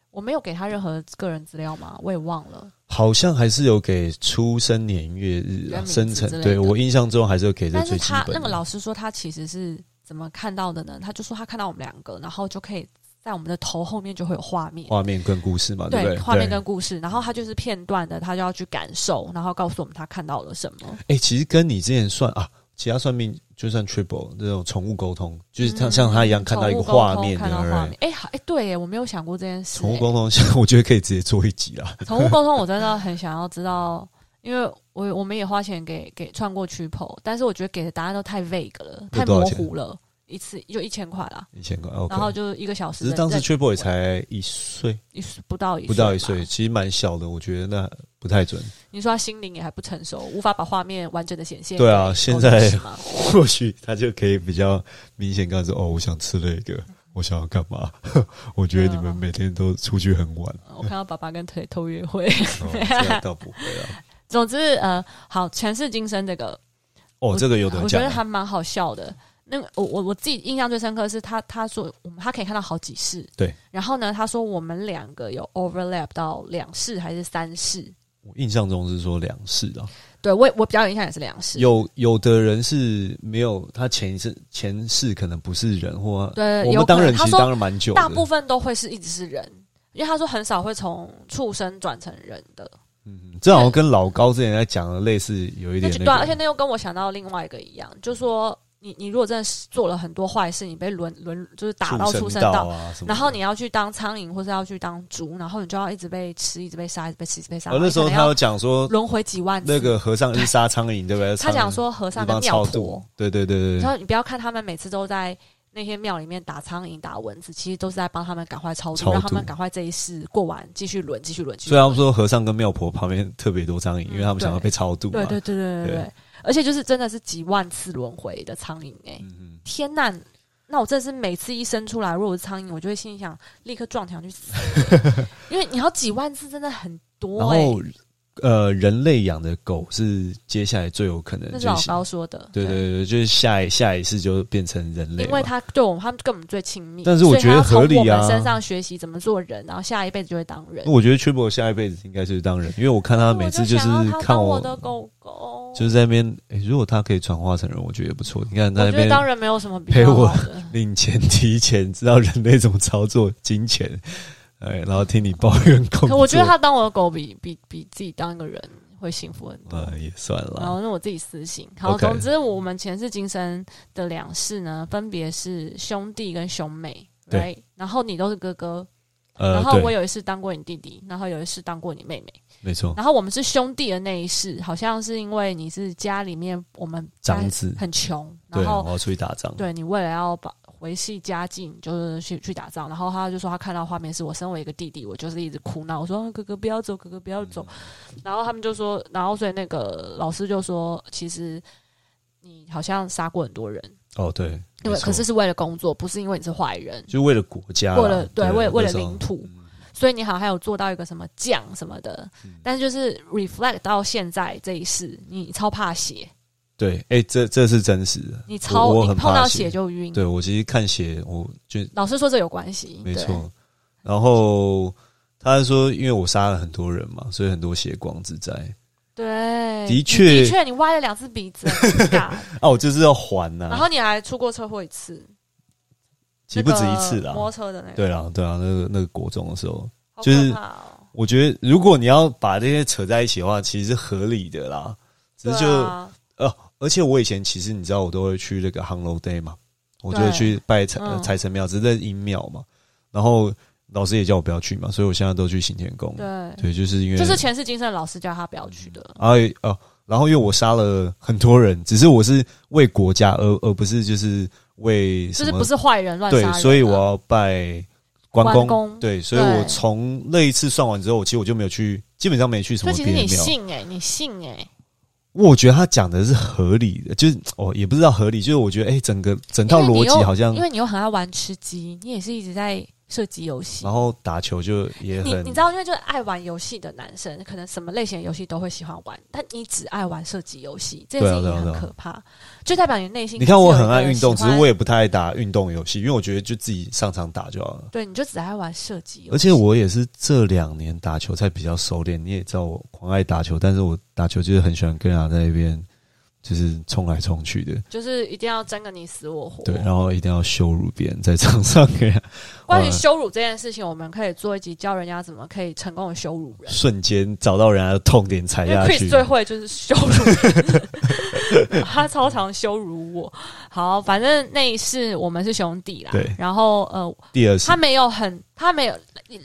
[SPEAKER 1] 我没有给他任何个人资料嘛，我也忘了。
[SPEAKER 2] 好像还是有给出生年月日、
[SPEAKER 1] 原
[SPEAKER 2] 啊、
[SPEAKER 1] 名字
[SPEAKER 2] 生辰
[SPEAKER 1] 之类，的
[SPEAKER 2] 对我印象中还是有给这
[SPEAKER 1] 但是
[SPEAKER 2] 最基
[SPEAKER 1] 他
[SPEAKER 2] 本的。
[SPEAKER 1] 那个老师说，他其实是怎么看到的呢？他就说他看到我们两个，然后就可以在我们的头后面就会有画面。
[SPEAKER 2] 画面跟故事嘛，对不对？
[SPEAKER 1] 画面
[SPEAKER 2] 对
[SPEAKER 1] 跟故事，然后他就是片段的，他就要去感受，然后告诉我们他看到了什么。
[SPEAKER 2] 哎、其实跟你之前算啊，其他算命就算 triple 这种宠物沟通，就是像、像他一样看到一个画面
[SPEAKER 1] 嗯宠物沟通看到
[SPEAKER 2] 而
[SPEAKER 1] 画
[SPEAKER 2] 已
[SPEAKER 1] 面。。哎、好哎、对耶，我没有想过这件事。
[SPEAKER 2] 宠物沟通，像我觉得可以直接做一集啦。
[SPEAKER 1] 宠物沟通，我真的很想要知道，因为我我们也花钱给给串过曲谱，但是我觉得给的答案都太 vague 了，
[SPEAKER 2] 有
[SPEAKER 1] 太
[SPEAKER 2] 多少
[SPEAKER 1] 模
[SPEAKER 2] 钱
[SPEAKER 1] 糊了，一次就一千块啦，
[SPEAKER 2] 一千块，OK。哦
[SPEAKER 1] 然后就一个小时
[SPEAKER 2] 只
[SPEAKER 1] 认。
[SPEAKER 2] 是当时
[SPEAKER 1] 认
[SPEAKER 2] triple 也才一岁，
[SPEAKER 1] 一岁不到一
[SPEAKER 2] 不到一
[SPEAKER 1] 嘛
[SPEAKER 2] 岁，，其实蛮小的，我觉得那不太准。
[SPEAKER 1] 你说他心灵也还不成熟，无法把画面完整的显现给
[SPEAKER 2] 对啊
[SPEAKER 1] 狗
[SPEAKER 2] 现
[SPEAKER 1] 狗
[SPEAKER 2] 在
[SPEAKER 1] 吃嘛
[SPEAKER 2] 或许他就可以比较明显告诉哦，我想吃那个，我想要干嘛？ 我觉得你们每天都出去很晚，
[SPEAKER 1] 我看到爸爸跟腿偷约会。
[SPEAKER 2] 哦、这倒不会啊。
[SPEAKER 1] 总之，呃，好，前世今生这个，
[SPEAKER 2] 哦，这个有得
[SPEAKER 1] 我觉
[SPEAKER 2] 讲
[SPEAKER 1] 得
[SPEAKER 2] 啊，
[SPEAKER 1] 还蛮好笑的。那个我我我自己印象最深刻的是他他说我们他可以看到好几世，
[SPEAKER 2] 对。
[SPEAKER 1] 然后呢，他说我们两个有 overlap 到两世还是三世？
[SPEAKER 2] 我印象中是说两世啊，
[SPEAKER 1] 对我我比较有印象也是两世，
[SPEAKER 2] 有有的人是没有他前一世前世可能不是人或。
[SPEAKER 1] 对，有
[SPEAKER 2] 我们
[SPEAKER 1] 可
[SPEAKER 2] 当
[SPEAKER 1] 能
[SPEAKER 2] 人
[SPEAKER 1] 他
[SPEAKER 2] 其实
[SPEAKER 1] 说
[SPEAKER 2] 当了蛮久的，
[SPEAKER 1] 大部分都会是一直是人，因为他说很少会从畜生转成人的，
[SPEAKER 2] 嗯这好像跟老高之前在讲的类似，有一
[SPEAKER 1] 那
[SPEAKER 2] 点
[SPEAKER 1] 就
[SPEAKER 2] 那
[SPEAKER 1] 对啊、而且
[SPEAKER 2] 个。
[SPEAKER 1] 那又跟我想到另外一个一样，就说你你如果真的是做了很多坏事，你被轮轮就是打到
[SPEAKER 2] 畜
[SPEAKER 1] 畜生
[SPEAKER 2] 生道
[SPEAKER 1] 道，
[SPEAKER 2] 啊什么的，
[SPEAKER 1] 然后你要去当苍蝇，或是要去当猪，然后你就要一直被吃，一直被杀，一直被吃，一直被杀。
[SPEAKER 2] 哦，那时候
[SPEAKER 1] 你可
[SPEAKER 2] 他
[SPEAKER 1] 能
[SPEAKER 2] 有
[SPEAKER 1] 要
[SPEAKER 2] 讲说
[SPEAKER 1] 轮回几万次。
[SPEAKER 2] 那个和尚去杀苍蝇，对不对？
[SPEAKER 1] 他
[SPEAKER 2] 苍
[SPEAKER 1] 讲
[SPEAKER 2] 蝇
[SPEAKER 1] 说和尚
[SPEAKER 2] 地
[SPEAKER 1] 跟
[SPEAKER 2] 方
[SPEAKER 1] 庙
[SPEAKER 2] 超
[SPEAKER 1] 婆
[SPEAKER 2] 度，，对对对对
[SPEAKER 1] 然
[SPEAKER 2] 对，
[SPEAKER 1] 后你不要看他们每次都在那些庙里面打苍蝇、打蚊子，其实都是在帮他们赶快超
[SPEAKER 2] 超
[SPEAKER 1] 度，让他
[SPEAKER 2] 度
[SPEAKER 1] 们赶快这一世过完，继续轮，继续轮，继续
[SPEAKER 2] 所以
[SPEAKER 1] 轮。
[SPEAKER 2] 他们说和尚跟庙婆旁边特别多苍蝇，因为他们想要被超度嘛。
[SPEAKER 1] 嗯对对对对对对
[SPEAKER 2] 对
[SPEAKER 1] 对，而且就是真的是几万次轮回的苍蝇哎、
[SPEAKER 2] 嗯
[SPEAKER 1] 天呐！那我真的是每次一生出来，如果我是苍蝇，我就会心里想立刻撞墙去 死，因为你要几万次，真的很
[SPEAKER 2] 嗯。
[SPEAKER 1] 多
[SPEAKER 2] 然
[SPEAKER 1] 哎、
[SPEAKER 2] 后呃，人类养的狗是接下来最有可能
[SPEAKER 1] 那是
[SPEAKER 2] 就
[SPEAKER 1] 老
[SPEAKER 2] 是
[SPEAKER 1] 高说的，
[SPEAKER 2] 对对对，就是下一下一次就变成人类
[SPEAKER 1] 因为
[SPEAKER 2] 嘛。
[SPEAKER 1] 他对我们，他们跟我们最亲密，
[SPEAKER 2] 但是我
[SPEAKER 1] 所以
[SPEAKER 2] 觉得
[SPEAKER 1] 他要从
[SPEAKER 2] 合理啊
[SPEAKER 1] 我们身上学习怎么做人，然后下一辈子就会当人
[SPEAKER 2] 那。我觉得 Triple 下一辈子应该就是当人，因为我看他每次
[SPEAKER 1] 就
[SPEAKER 2] 就是
[SPEAKER 1] 想要他
[SPEAKER 2] 看
[SPEAKER 1] 当我
[SPEAKER 2] 我，
[SPEAKER 1] 的狗狗，
[SPEAKER 2] 就是在那边、诶如果他可以转化成人，我觉得也不错。你看他
[SPEAKER 1] 我
[SPEAKER 2] 那
[SPEAKER 1] 觉得
[SPEAKER 2] 边
[SPEAKER 1] 当然没有什么比
[SPEAKER 2] 陪
[SPEAKER 1] 较
[SPEAKER 2] 我
[SPEAKER 1] 好的。
[SPEAKER 2] 领钱、提钱，知道人类怎么操作金钱， 哎，然后听你抱怨工
[SPEAKER 1] 可
[SPEAKER 2] 作，
[SPEAKER 1] 我觉得他当我的狗比比比自己当一个人会幸福很 多。
[SPEAKER 2] 呃也算
[SPEAKER 1] 然
[SPEAKER 2] 了，
[SPEAKER 1] 后那我自己私信。好
[SPEAKER 2] OK
[SPEAKER 1] 总之我们前世今生的两世呢，分别是兄弟跟兄妹。
[SPEAKER 2] 对
[SPEAKER 1] right？然后你都是哥哥，
[SPEAKER 2] 呃
[SPEAKER 1] 然，后我
[SPEAKER 2] 对，
[SPEAKER 1] 有一次当过你弟弟，然后有一次当过你妹妹，
[SPEAKER 2] 没错，
[SPEAKER 1] 然后我们是兄弟的那一世，好像是因为你是家里面我们家
[SPEAKER 2] 长子
[SPEAKER 1] 很穷，
[SPEAKER 2] 对，哦
[SPEAKER 1] 然后
[SPEAKER 2] 我要出去打仗，
[SPEAKER 1] 对你为了要把维系家境，就是去去打仗。然后他就说他看到画面是我身为一个弟弟，我就是一直哭闹，我说哥哥不要走，哥哥不要走。
[SPEAKER 2] 嗯
[SPEAKER 1] 然后他们就说，然后所以那个老师就说，其实你好像杀过很多人，
[SPEAKER 2] 哦，对，
[SPEAKER 1] 对，
[SPEAKER 2] 没错
[SPEAKER 1] 可是是为了工作，不是因为你是坏人，
[SPEAKER 2] 就为了国家啦，
[SPEAKER 1] 为了对，为为了
[SPEAKER 2] 啊那时候
[SPEAKER 1] 领土，所以你好像还有做到一个什么将什么的，
[SPEAKER 2] 嗯
[SPEAKER 1] 但是就是 reflect 到现在这一世，你超怕血，
[SPEAKER 2] 对，哎、这这是真实的，
[SPEAKER 1] 你超
[SPEAKER 2] 我我
[SPEAKER 1] 你
[SPEAKER 2] 很
[SPEAKER 1] 碰
[SPEAKER 2] 怕
[SPEAKER 1] 到
[SPEAKER 2] 血
[SPEAKER 1] 血就晕。
[SPEAKER 2] 对我其实看血，我就
[SPEAKER 1] 老师说这有关系，
[SPEAKER 2] 没
[SPEAKER 1] 对
[SPEAKER 2] 错。然后他说，因为我杀了很多人嘛，所以很多血光之灾
[SPEAKER 1] 对，
[SPEAKER 2] 的
[SPEAKER 1] 你
[SPEAKER 2] 确
[SPEAKER 1] 的确，你歪了两次鼻 子，很尴尬
[SPEAKER 2] 啊，我就是要还呐、
[SPEAKER 1] 然后你还出过车祸一次，
[SPEAKER 2] 其实不止一次
[SPEAKER 1] 那个
[SPEAKER 2] 啦。
[SPEAKER 1] 摩托车的那个，
[SPEAKER 2] 对啦，对啊，那个那个国中的时候，
[SPEAKER 1] 好可
[SPEAKER 2] 就是
[SPEAKER 1] 怕哦
[SPEAKER 2] 我觉得如果你要把这些扯在一起的话，其实是合理的啦。只是就、
[SPEAKER 1] 对啊
[SPEAKER 2] 呃，而且我以前其实你知道，我都会去那个 h o n l o Day 嘛，我就会
[SPEAKER 1] 对
[SPEAKER 2] 去拜财
[SPEAKER 1] 嗯
[SPEAKER 2] 财神庙，只是在阴庙嘛。然后老师也叫我不要去嘛，所以我现在都去行天宫。
[SPEAKER 1] 对，
[SPEAKER 2] 对，就是因为
[SPEAKER 1] 就是前世今生的老师叫他不要去的，
[SPEAKER 2] 啊哦，然后因为我杀了很多人，只是我是为国家，而而不是就是为
[SPEAKER 1] 就
[SPEAKER 2] 什
[SPEAKER 1] 是
[SPEAKER 2] 么
[SPEAKER 1] 不是坏人乱杀
[SPEAKER 2] 对
[SPEAKER 1] 人，啊，
[SPEAKER 2] 所以我要拜关公。
[SPEAKER 1] 关公
[SPEAKER 2] 对，所以我
[SPEAKER 1] 对
[SPEAKER 2] 从那一次算完之后，其实我就没有去，基本上没去什
[SPEAKER 1] 所
[SPEAKER 2] 么
[SPEAKER 1] 以其
[SPEAKER 2] 别
[SPEAKER 1] 实
[SPEAKER 2] 的
[SPEAKER 1] 你
[SPEAKER 2] 庙。
[SPEAKER 1] 信哎、你信哎、
[SPEAKER 2] 我觉得他讲的是合理的，就是哦，也不知道合理，就是我觉得哎、整个整套
[SPEAKER 1] 因为你
[SPEAKER 2] 逻辑
[SPEAKER 1] 又
[SPEAKER 2] 好像
[SPEAKER 1] 因，为你又很爱玩吃鸡，你也是一直在射击游戏
[SPEAKER 2] 然。后打球就也
[SPEAKER 1] 你
[SPEAKER 2] 哦很
[SPEAKER 1] 你知道，因为就是爱玩游戏的男生，可能什么类型的游戏都会喜欢玩，但你只爱玩射击游戏，这件事情
[SPEAKER 2] 对啊对啊
[SPEAKER 1] 很
[SPEAKER 2] 对啊
[SPEAKER 1] 可怕，就代表你内心。
[SPEAKER 2] 你看我很爱运动，只是我
[SPEAKER 1] 也
[SPEAKER 2] 也不太爱打运动游戏，因为我觉得就自己上场打就好了。
[SPEAKER 1] 对，你就只爱玩射击游戏。
[SPEAKER 2] 而且我也是这两年打球才比较熟练，你也知道我狂爱打球，但是我打球就是很喜欢跟人家在那边就是冲来冲去的，
[SPEAKER 1] 就是一定要争个你死我活。
[SPEAKER 2] 对，然后嗯一定要羞辱别人在场上给人家
[SPEAKER 1] 关于
[SPEAKER 2] 哇
[SPEAKER 1] 羞辱这件事情，我们可以做一集教人家怎么可以成功的羞辱人。
[SPEAKER 2] 瞬间找到人家的痛点踩
[SPEAKER 1] 因为
[SPEAKER 2] 下去
[SPEAKER 1] Chris。最会就是羞辱人， 他超常羞辱我。好，反正那一世我们是兄弟啦。
[SPEAKER 2] 对
[SPEAKER 1] 然后呃，
[SPEAKER 2] 第二次
[SPEAKER 1] 他，没有很，他没有，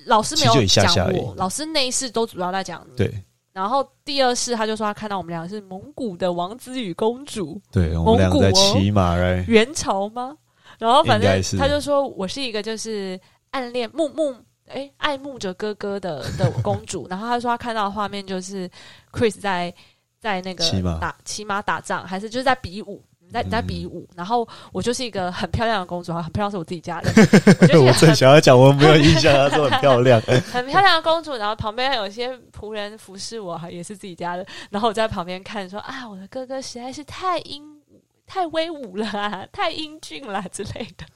[SPEAKER 1] 老师没
[SPEAKER 2] 其实就
[SPEAKER 1] 有
[SPEAKER 2] 一下
[SPEAKER 1] 讲
[SPEAKER 2] 下而已
[SPEAKER 1] 我，老师那一世都主要在讲你。
[SPEAKER 2] 对
[SPEAKER 1] 然后第二世他就说他看到我们俩是蒙古的王子与公主，
[SPEAKER 2] 对，我们两个在骑马来，
[SPEAKER 1] 元朝吗？然后反
[SPEAKER 2] 应该
[SPEAKER 1] 正
[SPEAKER 2] 是
[SPEAKER 1] 他就说我是一个就是暗恋慕慕哎爱慕着哥哥的的公 主，然后他说他看到的画面就是 Chris 在在那个
[SPEAKER 2] 骑马
[SPEAKER 1] 打骑马打仗，还是就是在比武。你在你在比
[SPEAKER 2] 嗯
[SPEAKER 1] 武，然后我就是一个很漂亮的公主，很漂亮是我自己家的， 我就是一
[SPEAKER 2] 我
[SPEAKER 1] 个
[SPEAKER 2] 正
[SPEAKER 1] 很
[SPEAKER 2] 想要讲，我没有印象，她说很漂亮，
[SPEAKER 1] 很漂亮的公主，然后旁边有一些仆人服侍我，也是自己家的。然后我在旁边看说啊，我的哥哥实在是太英武太威武了、啊，太英俊了啊、之类 的。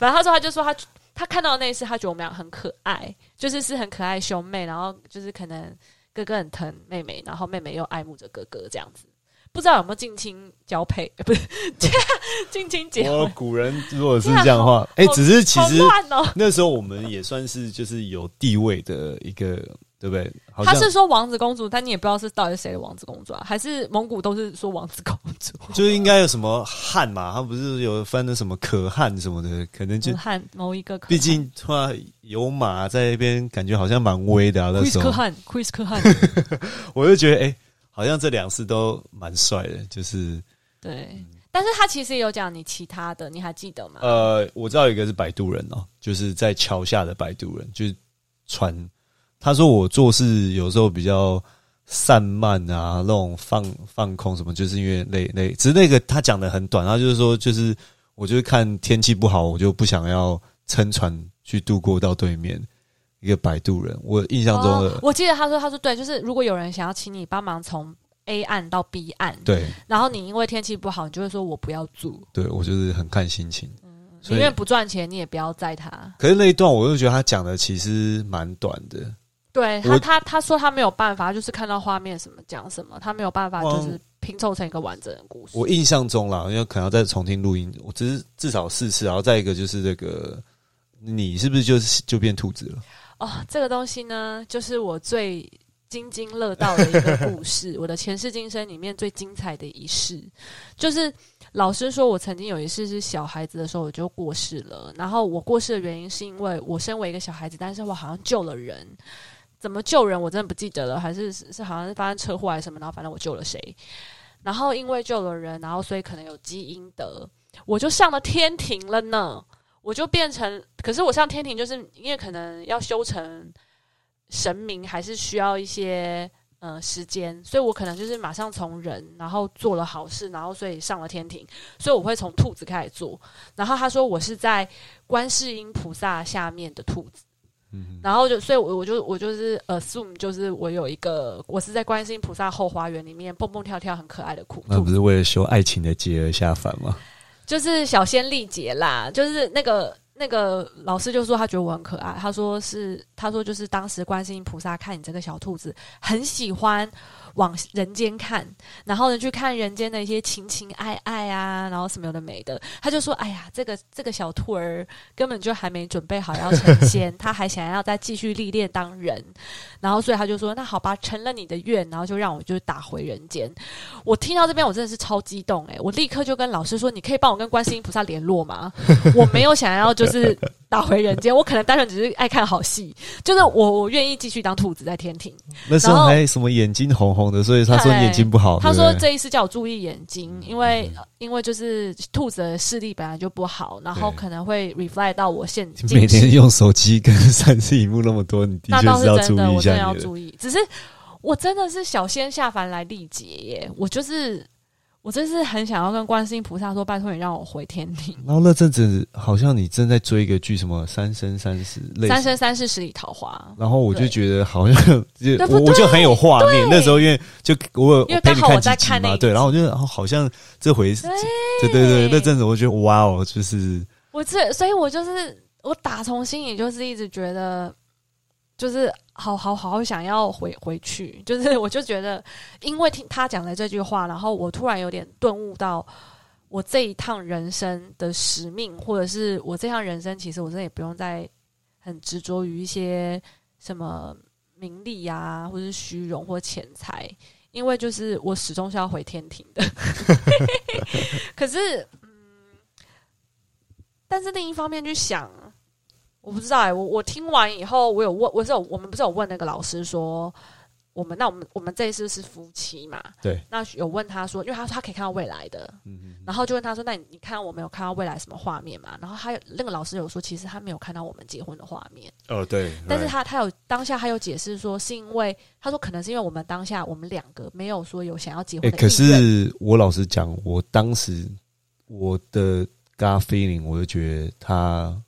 [SPEAKER 1] 然后他说，他就说他他看到那一次，他觉得我们俩很可爱，就是是很可爱兄妹，然后就是可能哥哥很疼妹妹，然后妹妹又爱慕着哥哥这样子。不知道有没有近亲交配？呃不是 近亲结
[SPEAKER 2] 我
[SPEAKER 1] 婚，
[SPEAKER 2] 古人如果是这样的话，哎、只是其
[SPEAKER 1] 啊好
[SPEAKER 2] 实
[SPEAKER 1] 乱哦。
[SPEAKER 2] 那时候我们也算是就是有地位的一个，对不对？好
[SPEAKER 1] 他
[SPEAKER 2] 像
[SPEAKER 1] 是说王子公主，但你也不知道是到底是谁的王子公主啊？还是蒙古都是说王子公主？
[SPEAKER 2] 就是应该有什么汉嘛，他不是有翻的什么可汗什么的，可能就
[SPEAKER 1] 武汉某一个可汗，
[SPEAKER 2] 毕竟的话有马在那边，感觉好像蛮威的啊。那 时
[SPEAKER 1] Chris 可
[SPEAKER 2] 候
[SPEAKER 1] 汗，Chris 可汗，
[SPEAKER 2] 我就觉得，哎、好像这两次都蛮帅的。就是
[SPEAKER 1] 对。但是他其实也有讲你其他的，你还记得吗？
[SPEAKER 2] 呃，我知道有一个是摆渡人哦，就是在桥下的摆渡人，就是船。他说我做事有时候比较散漫啊，那种放放空什么，就是因为累累。只是那个他讲的很短，他就是说，就是我就是看天气不好，我就不想要撑船去渡过到对面。一个摆渡人，我印象中的、
[SPEAKER 1] 哦我记得他说，他说对，就是如果有人想要请你帮忙从 A 岸到 B 岸，
[SPEAKER 2] 对
[SPEAKER 1] 然后你因为天气不好，你就会说我不要住，
[SPEAKER 2] 对，我就是很看心情。
[SPEAKER 1] 宁
[SPEAKER 2] 所以
[SPEAKER 1] 愿不赚钱，你也不要载他。
[SPEAKER 2] 可是那一段，我就觉得他讲的其实蛮短的，
[SPEAKER 1] 对
[SPEAKER 2] 我
[SPEAKER 1] 他，他他说他没有办法，他就是看到画面什么讲什么，他没有办法
[SPEAKER 2] 哇
[SPEAKER 1] 就是拼凑成一个完整的故事。
[SPEAKER 2] 我印象中啦，因为可能要再重听录音，我只是至少四次，然后再一个就是这个，你是不是就是就变兔子了？
[SPEAKER 1] 哦，这个东西呢，就是我最津津乐道的一个故事，我的前世今生里面最精彩的一世，就是老师说，我曾经有一次是小孩子的时候我就过世了，然后我过世的原因是因为我身为一个小孩子，但是我好像救了人，怎么救人我真的不记得了，还是是是好像是发生车祸还是什么，然后反正我救了谁，然后因为救了人，然后所以可能有基因得，我就上了天庭了呢，我就变成，可是我上天庭就是因为可能要修成神明，还是需要一些。呃，时间，所以我可能就是马上从人，然后做了好事，然后所以上了天庭，所以我会从兔子开始做。然后他说我是在观世音菩萨下面的兔子，
[SPEAKER 2] 嗯，
[SPEAKER 1] 然后就所以我我就我就是 assume 就是我有一个我是在观世音菩萨后花园里面蹦蹦跳跳很可爱的兔
[SPEAKER 2] 那
[SPEAKER 1] 兔
[SPEAKER 2] 不
[SPEAKER 1] 子，
[SPEAKER 2] 是为了修爱情的结而下凡吗？
[SPEAKER 1] 就是小仙丽姐啦，就是那个。那个老师就说他觉得我很可爱，他说是他说就是当时观世音菩萨看你这个小兔子，很喜欢往人间看，然后呢去看人间的一些情情爱爱啊，然后什么有的没的，他就说：“哎呀，这个这个小兔儿根本就还没准备好要成仙，他还想要再继续历练当人。”然后所以他就说：“那好吧，成了你的愿，然后就让我就打回人间。”我听到这边我真的是超激动诶、我立刻就跟老师说：“你可以帮我跟观世音菩萨联络吗？ 我没有想要就是打回人间，我可能单纯只是爱看好戏，就是我我愿意继续当兔子在天庭。”
[SPEAKER 2] 那时候还什么眼睛红红的，所以他说你眼睛不好。
[SPEAKER 1] 哎他说
[SPEAKER 2] 哦对嗯不对
[SPEAKER 1] 这一次叫我注意眼睛，因为因为就是兔子的视力本来就不好，然后
[SPEAKER 2] 对
[SPEAKER 1] 可能会 reflect 到我现
[SPEAKER 2] 每
[SPEAKER 1] 今
[SPEAKER 2] 天
[SPEAKER 1] 时，
[SPEAKER 2] 用手机跟三次荧幕那么多，你的
[SPEAKER 1] 那
[SPEAKER 2] 确
[SPEAKER 1] 倒
[SPEAKER 2] 是要注
[SPEAKER 1] 真的，
[SPEAKER 2] 意一
[SPEAKER 1] 我真的
[SPEAKER 2] 下
[SPEAKER 1] 要
[SPEAKER 2] 你的。
[SPEAKER 1] 注意。只是我真的是小仙下凡来历劫耶，我就是我真是很想要跟观世音菩萨说，拜托你让我回天庭。
[SPEAKER 2] 然后那阵子好像你正在追一个剧，什么《三生三世》类似
[SPEAKER 1] 三生三世十里桃花，
[SPEAKER 2] 然后我就
[SPEAKER 1] 对
[SPEAKER 2] 觉得好 像就
[SPEAKER 1] 对不
[SPEAKER 2] 我我就很有画
[SPEAKER 1] 对
[SPEAKER 2] 面。那时候因为就我有
[SPEAKER 1] 因为
[SPEAKER 2] 陪你
[SPEAKER 1] 刚好我
[SPEAKER 2] 几
[SPEAKER 1] 在
[SPEAKER 2] 集
[SPEAKER 1] 看那
[SPEAKER 2] 嘛，
[SPEAKER 1] 一
[SPEAKER 2] 对，
[SPEAKER 1] 集
[SPEAKER 2] 然后我就哦好像这回是
[SPEAKER 1] 对
[SPEAKER 2] 对对对，那阵子我觉得哇哦，就是
[SPEAKER 1] 我这，所以我就是我打从心里就是一直觉得，就是好好好想要回回去，就是我就觉得，因为听他讲的这句话，然后我突然有点顿悟到。我这一趟人生的使命，或者是我这趟人生，其实我真的也不用再很执着于一些什么名利呀、或者是虚荣或钱财，因为就是我始终是要回天庭的。 可是但是另一方面去想，我不知道哎、我我听完以后，我有问，我是有我们不是有问那个老师说，我们那我们我们这一次是夫妻嘛？
[SPEAKER 2] 对。
[SPEAKER 1] 那有问他说，因为他说他可以看到未来的，
[SPEAKER 2] 嗯
[SPEAKER 1] 然后就问他说，那你你看我们有看到未来什么画面嘛？然后他那个老师有说，其实他没有看到我们结婚的画面，
[SPEAKER 2] 哦对，
[SPEAKER 1] 但是他他有当下他有解释说，是因为他说可能是因为我们当下我们两个没有说有想要结
[SPEAKER 2] 哎、
[SPEAKER 1] 婚的意愿、
[SPEAKER 2] 可是我老实讲，我当时我的 gut feeling，我就觉得他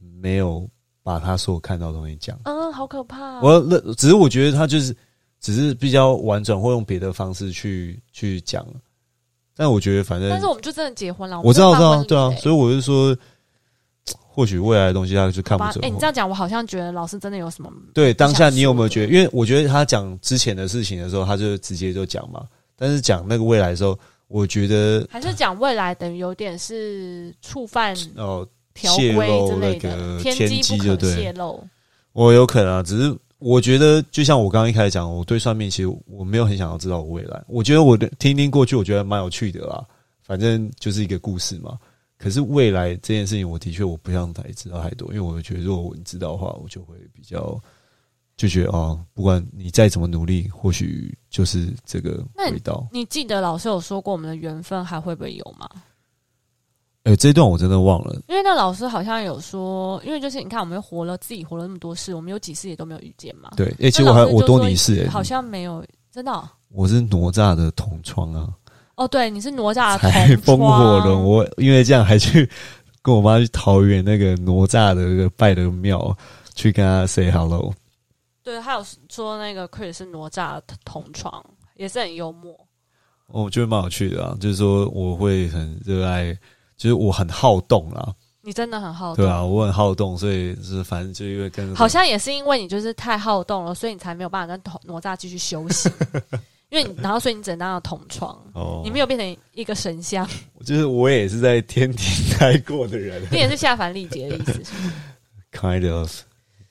[SPEAKER 2] 没有把他所有看到的东西讲。哦
[SPEAKER 1] 嗯，好可怕、
[SPEAKER 2] 我那只是我觉得他就是只是比较婉转，或用别的方式去去讲。但我觉得反正
[SPEAKER 1] 但是我们就真的结婚了，
[SPEAKER 2] 我知道，知道，
[SPEAKER 1] 们就
[SPEAKER 2] 对
[SPEAKER 1] 办婚
[SPEAKER 2] 啊
[SPEAKER 1] 礼，欸
[SPEAKER 2] 所以我就说，或许未来的东西他是看不
[SPEAKER 1] 吧，
[SPEAKER 2] 准。哦
[SPEAKER 1] 哎、你这样讲，我好像觉得老师真的有什么
[SPEAKER 2] 对当下
[SPEAKER 1] 想
[SPEAKER 2] 你有没有
[SPEAKER 1] 说
[SPEAKER 2] 觉得？因为我觉得他讲之前的事情的时候，他就直接就讲嘛。但是讲那个未来的时候，我觉得
[SPEAKER 1] 还是讲未来等于有点是触犯
[SPEAKER 2] 哦、
[SPEAKER 1] 条规之类
[SPEAKER 2] 泄露那
[SPEAKER 1] 的，
[SPEAKER 2] 个
[SPEAKER 1] 天
[SPEAKER 2] 天机
[SPEAKER 1] 机
[SPEAKER 2] 就
[SPEAKER 1] 不
[SPEAKER 2] 对
[SPEAKER 1] 可泄露。
[SPEAKER 2] 我有可能啊，只是我觉得，就像我刚刚一开始讲，我对算命其实我没有很想要知道我未来。我觉得我的听听过去，我觉得蛮有趣的啦，反正就是一个故事嘛。可是未来这件事情，我的确我不想太知道太多，因为我觉得如果我知道的话，我就会比较就觉得哦，不管你再怎么努力，或许就是这个
[SPEAKER 1] 那
[SPEAKER 2] 轨道。
[SPEAKER 1] 你记得老师有说过我们的缘分还会不会有吗？
[SPEAKER 2] 哎、这一段我真的忘了。
[SPEAKER 1] 因为那老师好像有说，因为就是你看我们活了自己活了那么多事，我们有几次也都没有遇见嘛。
[SPEAKER 2] 对，哎、其实我还
[SPEAKER 1] 那老师就
[SPEAKER 2] 我多
[SPEAKER 1] 说
[SPEAKER 2] 你一事、哎，
[SPEAKER 1] 好像没有真的哦。
[SPEAKER 2] 我是哪吒的同窗啊。
[SPEAKER 1] 哦对，你是哪吒的
[SPEAKER 2] 才
[SPEAKER 1] 同
[SPEAKER 2] 风火轮，
[SPEAKER 1] 窗
[SPEAKER 2] 我因为这样还去跟我妈去桃园那个哪吒的那个拜的庙去跟她 say hello。
[SPEAKER 1] 对，他有说那个 Chris 是哪吒的同窗，也是很幽默。
[SPEAKER 2] 哦我觉得蛮有趣的啊，就是说我会很热爱，就是我很好动啦，
[SPEAKER 1] 你真的很好
[SPEAKER 2] 对
[SPEAKER 1] 动，
[SPEAKER 2] 啊，我很好动，所以就是反正就因为跟
[SPEAKER 1] 好像也是因为你就是太好动了，所以你才没有办法跟同哪吒继续休 息，因为你然后所以你只能当了同床，
[SPEAKER 2] 哦，
[SPEAKER 1] 你没有变成一个神像，
[SPEAKER 2] 就是我也是在天庭 待过的人
[SPEAKER 1] 你也是下凡历劫的意思 是不是。
[SPEAKER 2] ，kind of。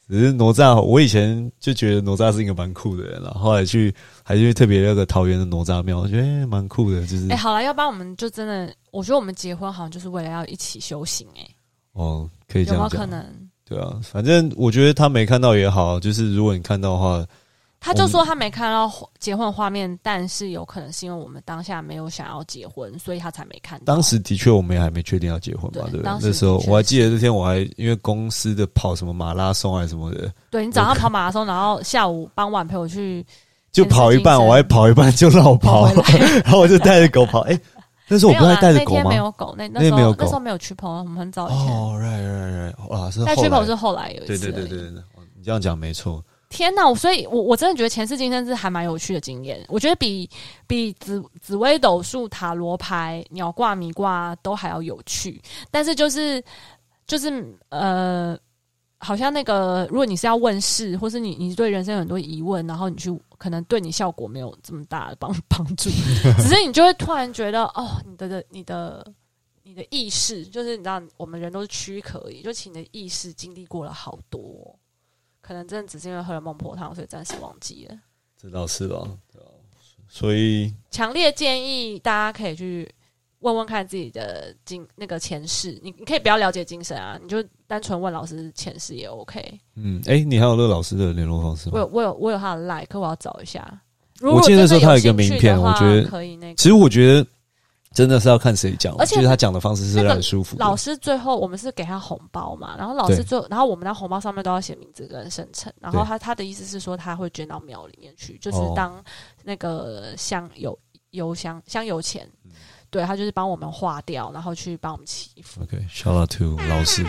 [SPEAKER 2] 只是哪吒，我以前就觉得哪吒是一个蛮酷的人啦，后来去还去特别那个桃园的哪吒庙，我觉得哎蛮酷的，就是
[SPEAKER 1] 哎、好了，要不然我们就真的，我我觉得我们结婚好像就是为了要一起修行、欸，
[SPEAKER 2] 哦，可以
[SPEAKER 1] 哎，
[SPEAKER 2] 这
[SPEAKER 1] 有没有
[SPEAKER 2] 样
[SPEAKER 1] 可
[SPEAKER 2] 讲，
[SPEAKER 1] 能？
[SPEAKER 2] 对啊，反正我觉得他没看到也好，就是如果你看到的话，
[SPEAKER 1] 他就说他没看到结婚画面，但是有可能是因为我们当下没有想要结婚，所以他才没看到。
[SPEAKER 2] 当时的确我们也还没确定要结婚嘛，
[SPEAKER 1] 对
[SPEAKER 2] 对不对
[SPEAKER 1] 当？时
[SPEAKER 2] 那时候
[SPEAKER 1] 的确
[SPEAKER 2] 我还记得那天我还因为公司的跑什么马拉松还是什么的，
[SPEAKER 1] 对你早上跑马拉松，然后下午傍晚陪我去
[SPEAKER 2] 就跑一半，
[SPEAKER 1] 健身
[SPEAKER 2] 我还跑一半就绕
[SPEAKER 1] 跑
[SPEAKER 2] 跑
[SPEAKER 1] 回，来。
[SPEAKER 2] 然后我就带着狗跑。哎、那时候
[SPEAKER 1] 没
[SPEAKER 2] 我
[SPEAKER 1] 有啦
[SPEAKER 2] 不是还带着
[SPEAKER 1] 那
[SPEAKER 2] 狗
[SPEAKER 1] 天没
[SPEAKER 2] 吗？
[SPEAKER 1] 有狗，那
[SPEAKER 2] 那
[SPEAKER 1] 那时
[SPEAKER 2] 天没有
[SPEAKER 1] 候
[SPEAKER 2] 狗
[SPEAKER 1] 那时候没有去朋友，我们很早以前。
[SPEAKER 2] 哦，right right right，哇，是
[SPEAKER 1] 但
[SPEAKER 2] 后
[SPEAKER 1] 去
[SPEAKER 2] 来
[SPEAKER 1] 朋友是后来有一
[SPEAKER 2] 对
[SPEAKER 1] 次。
[SPEAKER 2] 对对对。对，对哦你这样讲没错。
[SPEAKER 1] 天哪！我所以我，我真的觉得前世今生是还蛮有趣的经验。我觉得比比紫紫微斗数、塔罗牌、鸟卦、米卦都还要有趣。但是就是就是呃，好像那个，如果你是要问事，或是你你对人生有很多疑问，然后你去可能对你效果没有这么大的帮 帮助，只是你就会突然觉得哦，你的的你的。你的意识就是你知道，我们人都是躯壳而已，就其实你的意识经历过了好多哦、可能真的只是因为喝了孟婆汤，所以暂时忘记了。
[SPEAKER 2] 这倒是了，对啊所以
[SPEAKER 1] 强烈建议大家可以去问问看自己的今那个前世，你你可以不要了解精神啊，你就单纯问老师前世也 OK。
[SPEAKER 2] 嗯，哎、你还有乐老师的联络方式
[SPEAKER 1] 我
[SPEAKER 2] 吗？
[SPEAKER 1] 有我有我有他的 like，可我要找一下。如
[SPEAKER 2] 我
[SPEAKER 1] 果
[SPEAKER 2] 记得那时
[SPEAKER 1] 真
[SPEAKER 2] 候
[SPEAKER 1] 的
[SPEAKER 2] 他有
[SPEAKER 1] 有
[SPEAKER 2] 一个
[SPEAKER 1] 兴趣
[SPEAKER 2] 名片
[SPEAKER 1] 的话
[SPEAKER 2] 我觉得
[SPEAKER 1] 可以那个。
[SPEAKER 2] 其实我觉得真的是要看谁讲，
[SPEAKER 1] 而且
[SPEAKER 2] 就是他讲的方式是
[SPEAKER 1] 那个
[SPEAKER 2] 让人舒服的。
[SPEAKER 1] 老师最后我们是给他红包嘛，然后老师
[SPEAKER 2] 对
[SPEAKER 1] 最后然后我们那红包上面都要写名字跟生辰，然后
[SPEAKER 2] 对
[SPEAKER 1] 他他的意思是说他会捐到庙里面去，就是
[SPEAKER 2] 哦
[SPEAKER 1] 当那个香油油香香油钱，
[SPEAKER 2] 嗯
[SPEAKER 1] 对他就是帮我们化掉，然后去帮我们祈福，
[SPEAKER 2] OK，shout、out to 老师。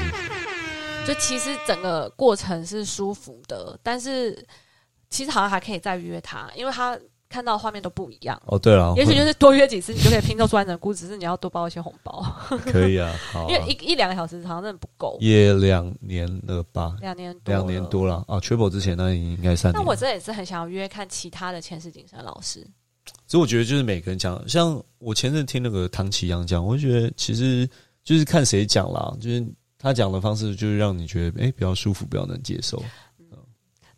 [SPEAKER 1] 就其实整个过程是舒服的，但是其实好像还可以再约他，因为他看到的画面都不一样。
[SPEAKER 2] 哦，对了，
[SPEAKER 1] 也许就
[SPEAKER 2] 会
[SPEAKER 1] 是多约几次，你就可以拼凑出完整的故事。只是你要多包一些红包，
[SPEAKER 2] 可以 啊，好啊
[SPEAKER 1] 因为一一两个小时好像真的不够。
[SPEAKER 2] 也两年了吧，
[SPEAKER 1] 两年多，
[SPEAKER 2] 两年。多了啊。Triple 之前那应该三
[SPEAKER 1] 那
[SPEAKER 2] 年。
[SPEAKER 1] 我这也是很想要约看其他的前世今生老师，
[SPEAKER 2] 所以我觉得就是每个人讲，像我前阵听那个唐奇阳讲，我就觉得其实就是看谁讲啦，就是他讲的方式就是让你觉得哎、诶比较舒服，比较能接受。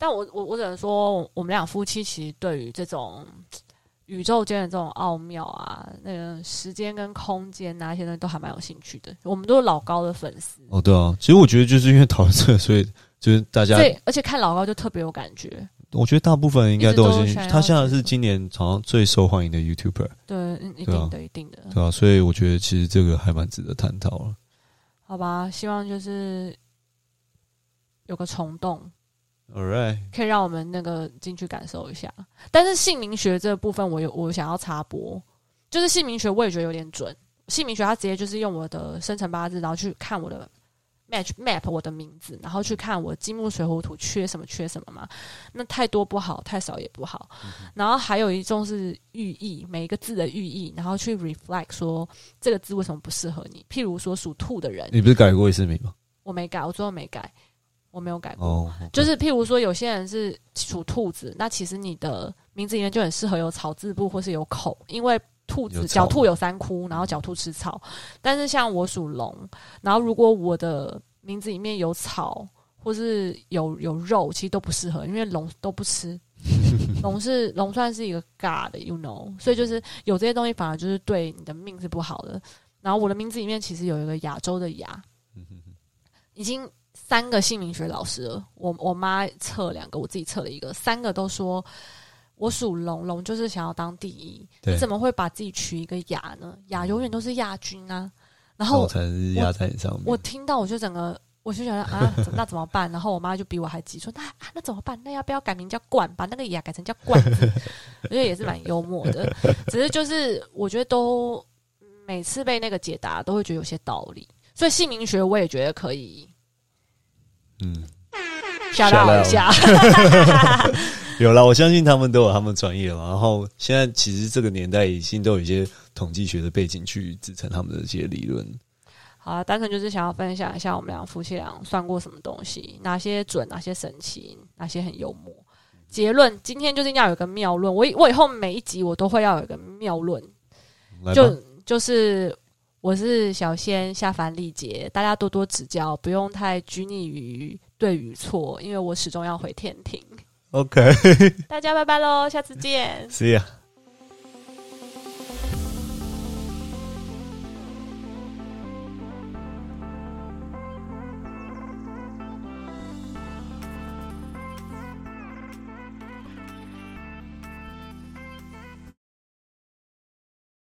[SPEAKER 1] 但我我我只能说，我们俩夫妻其实对于这种嘖宇宙间的这种奥妙啊，那个时间跟空间啊那些东西都还蛮有兴趣的。我们都是老高的粉丝，
[SPEAKER 2] 哦，对啊，其实我觉得就是因为讨论这个，所以就是大家
[SPEAKER 1] 所，以而且看老高就特别有感觉。
[SPEAKER 2] 我觉得大部分人应该都有
[SPEAKER 1] 一
[SPEAKER 2] 兴
[SPEAKER 1] 直
[SPEAKER 2] 趣
[SPEAKER 1] 都想。要
[SPEAKER 2] 他现在是今年好像最受欢迎的 YouTuber，
[SPEAKER 1] 对，嗯一
[SPEAKER 2] 对啊
[SPEAKER 1] 定的，一定的，
[SPEAKER 2] 对啊，所以我觉得其实这个还蛮值得探讨了。
[SPEAKER 1] 好吧？希望就是有个虫洞，
[SPEAKER 2] All right，
[SPEAKER 1] 可以让我们那个进去感受一下。但是姓名学这部分，我有我想要插播，就是姓名学我也觉得有点准。姓名学它直接就是用我的生辰八字，然后去看我的 match map 我的名字，然后去看我金木水火土缺什么缺什么嘛。那太多不好，太少也不好。然后还有一种是寓意，每一个字的寓意，然后去 reflect 说这个字为什么不适合你。譬如说属兔的人，
[SPEAKER 2] 你不是改过一次名吗？
[SPEAKER 1] 我没改，我最后没改，我没有改过。
[SPEAKER 2] 哦，
[SPEAKER 1] 就是譬如说，有些人是属兔子，那其实你的名字里面就很适合有草字部或是有口，因为兔
[SPEAKER 2] 有
[SPEAKER 1] 子
[SPEAKER 2] 草
[SPEAKER 1] 狡兔有三窟，然后狡兔吃草。但是像我属龙，然后如果我的名字里面有草或是有有肉，其实都不适合，因为龙都不吃。 龙是龙算是一个尬的，you know，所以就是有这些东西反而就是对你的命是不好的。然后我的名字里面其实有一个亚洲的亚，
[SPEAKER 2] 嗯
[SPEAKER 1] 已经三个姓名学老师了，我我妈测两个，我自己测了一个，三个都说我属龙，龙就是想要当第一，
[SPEAKER 2] 对嗯
[SPEAKER 1] 你怎么会把自己取一个亚呢？亚永远都是亚军啊。然
[SPEAKER 2] 那
[SPEAKER 1] 后
[SPEAKER 2] 我才是压在你上面。
[SPEAKER 1] 我听到我就整个我就觉得啊，怎 那怎么办？然后我妈就比我还急，说那、啊、那怎么办？那要不要改名叫冠？把那个雅改成叫冠子？ 我觉得也是蛮幽默的，只是就是我觉得都每次被那个解答都会觉得有些道理，所以姓名学我也觉得可以
[SPEAKER 2] 嗯，
[SPEAKER 1] 吓
[SPEAKER 2] Shout
[SPEAKER 1] 到
[SPEAKER 2] out
[SPEAKER 1] 一下。
[SPEAKER 2] 有啦，我相信他们都有他们专业了。然后现在其实这个年代已经都有一些统计学的背景去支撑他们的一些理论。
[SPEAKER 1] 好啊，单纯就是想要分享一下我们俩夫妻俩算过什么东西，哪些准，哪些神奇，哪些很幽默。
[SPEAKER 2] 嗯
[SPEAKER 1] 结论今天就是一定要有个妙论，我以我以后每一集我都会要有一个妙论，
[SPEAKER 2] 来吧
[SPEAKER 1] 就就是我是小仙下凡历劫，大家多多指教，不用太拘泥于对与错，因为我始终要回天庭。
[SPEAKER 2] OK，See、
[SPEAKER 1] 大家拜拜喽，下次见。
[SPEAKER 2] See ya。